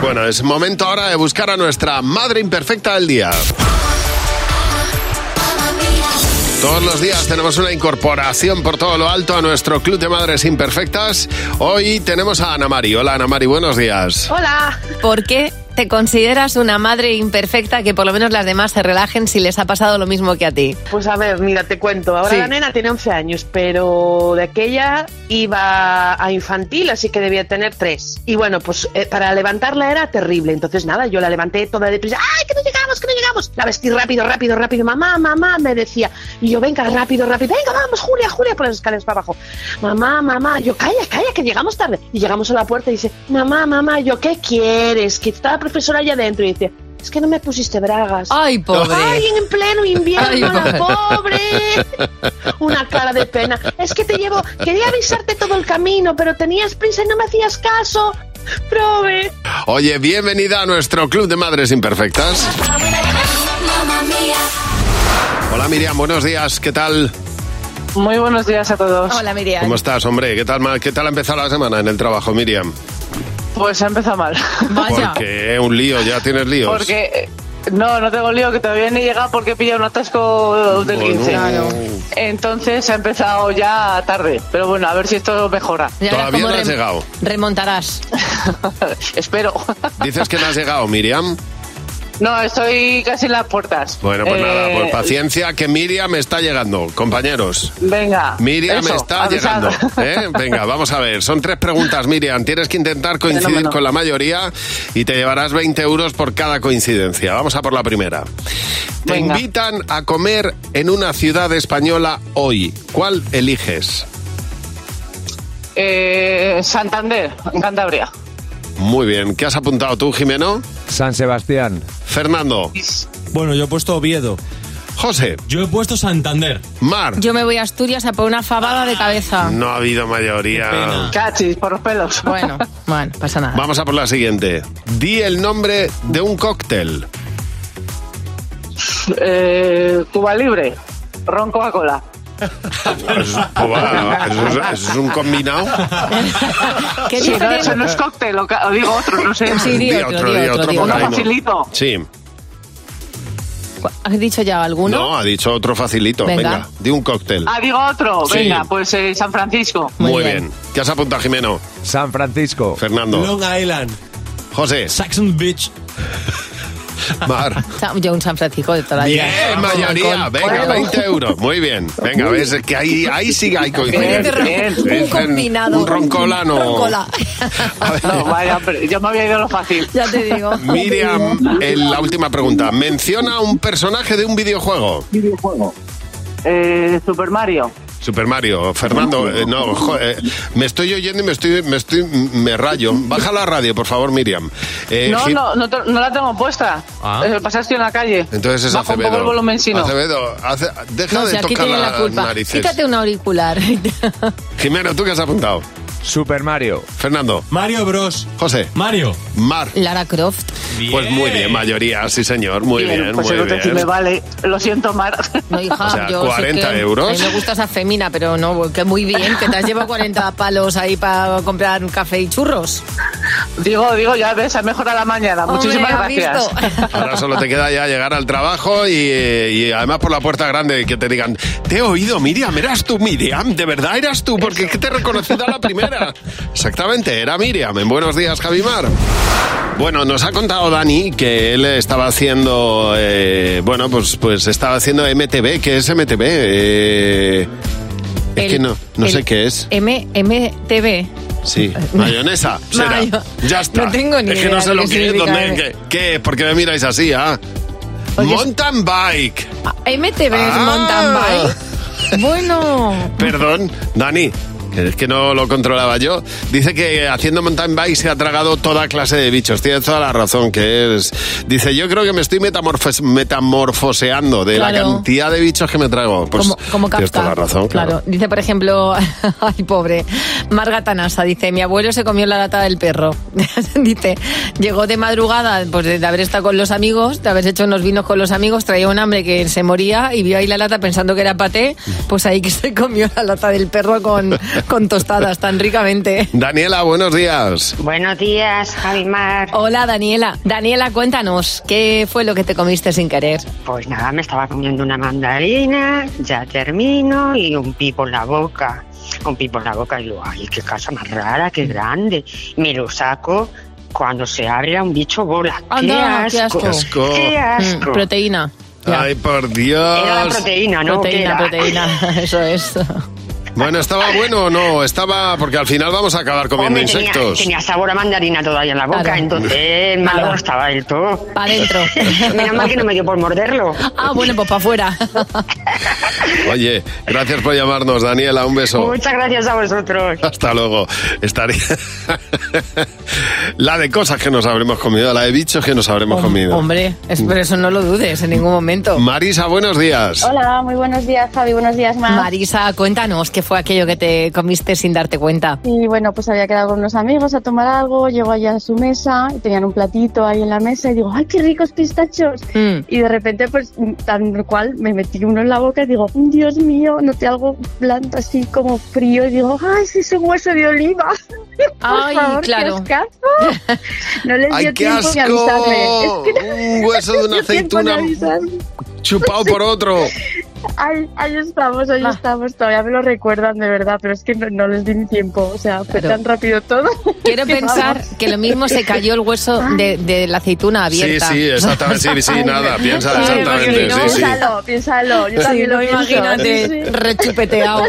Bueno, es momento ahora de buscar a nuestra madre imperfecta del día. Todos los días tenemos una incorporación por todo lo alto a nuestro Club de Madres Imperfectas. Hoy tenemos a Ana Mari. Hola Ana Mari, buenos días.
Hola. ¿Por qué te consideras una madre imperfecta que por lo menos las demás se relajen si les ha pasado lo mismo que a ti?
Pues a ver, mira, te cuento. Ahora
Sí.
la nena tiene 11 años, pero de aquella iba a infantil, así que debía tener 3. Y bueno, pues eh, para levantarla era terrible. Entonces, nada, yo la levanté toda deprisa. ¡Ay, que no llegamos, que no llegamos! La vestí rápido, rápido, rápido. Mamá, mamá, me decía. Y yo, venga, rápido, rápido. Venga, vamos, Julia, Julia, por las escaleras para abajo. Mamá, mamá. Yo, calla, calla, que llegamos tarde. Y llegamos a la puerta y dice, mamá, mamá, yo, ¿qué quieres? Que está la profesora allá adentro. Y dice, es que no me pusiste bragas.
¡Ay, pobre!
¡Ay, en pleno invierno,
Ay,
la
pobre.
pobre! Una cara de pena. Es que te llevo, quería avisarte todo el camino, pero tenías prisa y no me hacías caso. Prove.
Oye, bienvenida a nuestro Club de Madres Imperfectas. Hola Miriam, buenos días, ¿qué tal?
Muy buenos días a todos.
Hola, Miriam.
¿Cómo estás, hombre? ¿Qué tal, ma- ¿Qué tal ha empezado la semana en el trabajo, Miriam?
Pues ha empezado mal.
Porque un lío, ya tienes líos.
Porque eh, no, no tengo lío, que todavía ni he llegado porque he pillado un atasco del
Bueno.
15. Entonces ha empezado ya tarde. Pero bueno, a ver si esto mejora.
Y ahora
Todavía
como
no has
rem-
llegado.
Remontarás.
Espero.
Dices que no has llegado, Miriam.
No, estoy casi en las puertas.
Bueno, pues
Eh,
nada, pues paciencia, que Miriam está llegando, compañeros.
Venga.
Miriam
eso,
está
avisad.
llegando. ¿eh? Venga, vamos a ver. Son tres preguntas, Miriam. Tienes que intentar coincidir
Fenómeno.
con la mayoría y te llevarás 20 euros por cada coincidencia. Vamos a por la primera. Te
Venga.
invitan a comer en una ciudad española hoy. ¿Cuál eliges?
Eh, Santander, en Cantabria.
Muy bien. ¿Qué has apuntado tú, Jimeno?
San Sebastián.
Fernando.
Bueno, yo he puesto Oviedo.
José.
Yo he puesto Santander.
Mar.
Yo me voy a Asturias a por una fabada de cabeza.
No ha habido mayoría.
Cachis, por los pelos.
Bueno, bueno, pasa nada.
Vamos a por la siguiente. Di el nombre de un cóctel.
Eh, Cuba Libre, Ron Coca-Cola.
Pues, va, eso, es, eso es un combinado.
Sí, no, eso no es cóctel, o, ca- o digo otro, no sé.
Sí, di
Di
otro,
otro,
di
di
otro,
otro,
di
porque
otro.
hay mo-
Facilito.
Sí.
¿Has dicho ya alguno?
No, ha dicho otro facilito.
Venga.
Venga, di un cóctel.
Ah, digo otro.
Sí.
Venga, pues eh, San Francisco.
Muy, bien. ¿Qué has apuntado, Jimeno?
San Francisco.
Fernando.
Long Island.
José.
Saxon Beach.
Mar.
Sa- Yo un San Francisco de toda la vida.
Bien, mayoría.
Con-
Venga,
con-
20 euros. Muy bien. Venga, ves es que ahí, ahí sí que hay coincidencia.
Un
Dicen
combinado.
Un roncolano.
Roncola.
No, vaya, hombre, yo me había ido a lo fácil.
Ya te digo.
Miriam, en la última pregunta. Menciona un personaje de un videojuego.
Videojuego. Eh, Super Mario.
Super Mario, Fernando, eh, no, jo- eh, me estoy oyendo y me estoy, me estoy, me rayo. Baja la radio, por favor, Miriam. Eh,
no,
Jim-
no, no, te- no la tengo puesta.
Ah.
Eh, pasaste en la calle.
Entonces es
Baja un
Acevedo.
poco el volumen, si no.
Acevedo, hace- deja
No,
de
si aquí
tocar
tiene
las
la culpa.
narices.
Quítate un auricular.
Jimeno, ¿tú qué has apuntado?
Super Mario.
Fernando.
Mario Bros.
José.
Mario.
Mar.
Lara Croft.
Pues muy bien, mayoría, sí señor, muy bien,
pues
muy
el otro
bien.
sí me vale. Lo siento, Mar.
No, hija,
O sea,
yo sé
40
que
euros.
A mí me gusta esa femina, pero no, que muy bien, que te has llevado 40 palos ahí para comprar un café y churros.
Digo, digo, ya ves, ha mejorado la mañana.
Hombre,
Muchísimas
¿has
gracias.
Ahora solo te queda ya llegar al trabajo y, eh, y además por la puerta grande que te digan, te he oído, Miriam, eras tú, Miriam, de verdad eras tú, porque es que te he reconocido a la primera. Exactamente, era Miriam. En buenos días, Javimar. Bueno, nos ha contado Dani que él estaba haciendo, eh, bueno, pues, pues estaba haciendo MTV. ¿Qué es MTV? Eh, es
El-
que no, no
el-
sé qué es.
M MTV.
Sí, mayonesa. será.
Mayo-
Ya está.
No tengo ni
Es que
idea
no sé
de
lo
qué
que es.
significa
dónde-
M.
qué, qué es, porque me miráis así, ¿ah? Mountain bike.
Ah, MTV es
Ah.
mountain bike. Bueno,
Perdón, Dani. que Es que no lo controlaba yo. Dice que haciendo mountain bike se ha tragado toda clase de bichos. Tiene toda la razón que es. Dice, yo creo que me estoy metamorfos- metamorfoseando de la
Claro.
cantidad de bichos que me trago. Pues,
como, como
tienes
Kafka.
toda la razón, claro.
Dice, por ejemplo, ay, pobre, Marga Tanasa, dice, mi abuelo se comió la lata del perro. dice, llegó de madrugada, pues de haber estado con los amigos, de haber hecho unos vinos con los amigos, traía un hambre que se moría y vio ahí la lata pensando que era paté, pues ahí que se comió la lata del perro con, con tostadas tan ricamente.
Daniela, buenos días.
Buenos días, Javimar.
Hola, Daniela. Daniela, cuéntanos, ¿qué fue lo que te comiste sin querer?
Pues nada, me estaba comiendo una mandarina, ya termino y un pipo en la boca. Un pipo en la boca y lo, ay, qué casa más rara, qué grande. Me lo saco, cuando se abre era un bicho bola.
Anda,
qué asco.
Qué asco.
Qué asco.
Mm, proteína.
Ay, por Dios.
Era la proteína, ¿no? ¿Qué
Proteína,
era?
proteína, eso es.
Bueno, ¿estaba bueno o no? Estaba, porque al final vamos a acabar comiendo
Hombre, tenía,
insectos.
tenía sabor a mandarina todavía en la boca,
Claro.
entonces malo
Claro.
no estaba del todo.
Para adentro.
Menos mal que no me dio por morderlo.
Ah, bueno, pues para afuera.
Oye, gracias por llamarnos, Daniela. Un beso.
Muchas gracias a vosotros.
Hasta luego. Estaría. la de cosas que nos habremos comido, la de bichos que nos habremos comido.
Hombre, es- pero eso no lo dudes en ningún momento.
Marisa, buenos días.
Hola, muy buenos días, Javi. Buenos días, Mar.
Marisa, cuéntanos qué fue aquello que te comiste sin darte cuenta.
Y bueno, pues había quedado con unos amigos a tomar algo, llego allá a su mesa y tenían un platito ahí en la mesa y digo, ¡ay, qué ricos pistachos!
Mm.
Y de repente, pues tal cual, me metí uno en la boca y digo, Dios mío, noté algo blando así como frío y digo, ¡ay, sí es un hueso de oliva! Por
Ay,
favor, qué
claro.
ascazo. No les
¡Ay,
dio
qué
tiempo ni a
asco!
avisarme. Es que no
Un hueso de una
les dio tiempo ni a
aceituna
avisarme.
chupado por otro.
Ahí, ahí estamos, ahí estamos. Todavía me lo recuerdan de verdad, pero es que no, no les di ni tiempo. O sea, fue tan rápido todo.
Quiero pensar que lo mismo se cayó el hueso de, de la aceituna abierta.
Sí, sí, exactamente. Sí, sí, nada, piensa,
Sí,
exactamente.
imagino,
Sí, sí.
Piénsalo, piénsalo. Yo
Sí,
también
no,
lo pienso.
imagínate,
Sí, sí.
rechupeteado.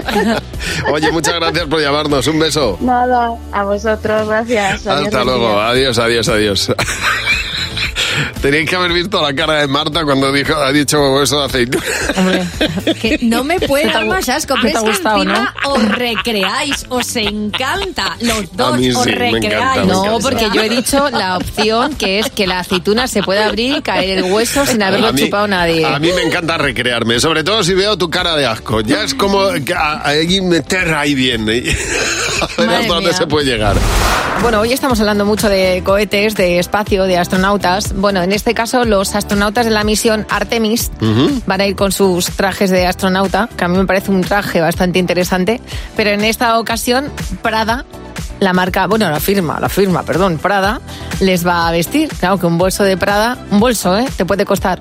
Oye, muchas gracias por llamarnos. Un beso.
Nada, a vosotros, gracias. Adiós,
Hasta
buen
luego.
día.
Adiós, adiós, adiós. Tenéis que haber visto la cara de Marta cuando dijo, ha dicho hueso de aceituna.
Que no me puede dar más asco,
A
pero te ha
veces
gustado, ¿no?
encima Os recreáis, os encanta. Los dos
A mí
os
sí, me
recreáis.
encanta, me
No,
encanta.
porque yo he dicho la opción que es que la aceituna se puede abrir y caer el hueso sin haberlo
A mí-
chupado nadie.
A mí me encanta recrearme, sobre todo si veo tu cara de asco. Ya es como que a- ahí meter ahí bien. y- A ver
Madre
hasta dónde
mía.
se puede llegar.
Bueno, hoy estamos hablando mucho de cohetes, de espacio, de astronautas. Bueno, en este caso los astronautas de la misión Artemis
Ujú.
van a ir con sus trajes de astronauta, que a mí me parece un traje bastante interesante, pero en esta ocasión Prada, la marca, bueno, la firma, la firma, perdón, Prada, les va a vestir. Claro que un bolso de Prada, un bolso, ¿eh? Te puede costar...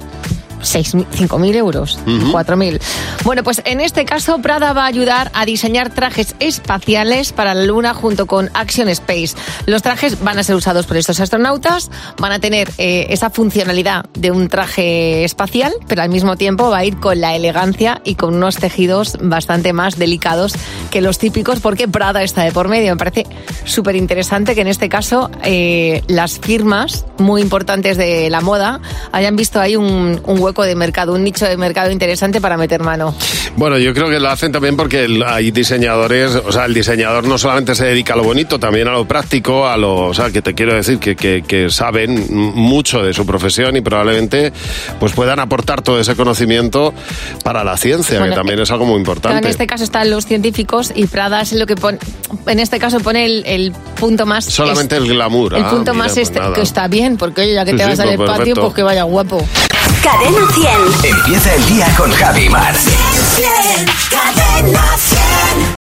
6.000, 5.000 euros,
Ujú.
4.000. Bueno, pues en este caso Prada va a ayudar a diseñar trajes espaciales para la Luna junto con Action Space. Los trajes van a ser usados por estos astronautas, van a tener eh, esa funcionalidad de un traje espacial, pero al mismo tiempo va a ir con la elegancia y con unos tejidos bastante más delicados que los típicos porque Prada está de por medio. Me parece súper interesante que en este caso eh, las firmas muy importantes de la moda hayan visto ahí un, un hueco de mercado, un nicho de mercado interesante para meter mano.
Bueno, yo creo que lo hacen también porque el- hay diseñadores, o sea, el diseñador no solamente se dedica a lo bonito, también a lo práctico, a lo, o sea, que te quiero decir que, que- que saben m- mucho de su profesión y probablemente pues puedan aportar todo ese conocimiento para la ciencia,
Bueno,
que también es algo muy
Claro, en
importante.
este caso están los científicos y Prada es lo que pone, en este caso pone el, el punto más...
Solamente
est-
el glamour.
El
Ah,
punto
mira,
más
pues
este-
nada.
que está bien, porque oye, ya que
Sí,
te
sí,
vas al
pues
patio,
perfecto.
pues que vaya guapo.
Cadena 100.
Empieza el día con Javi Mar.
Cadena 100.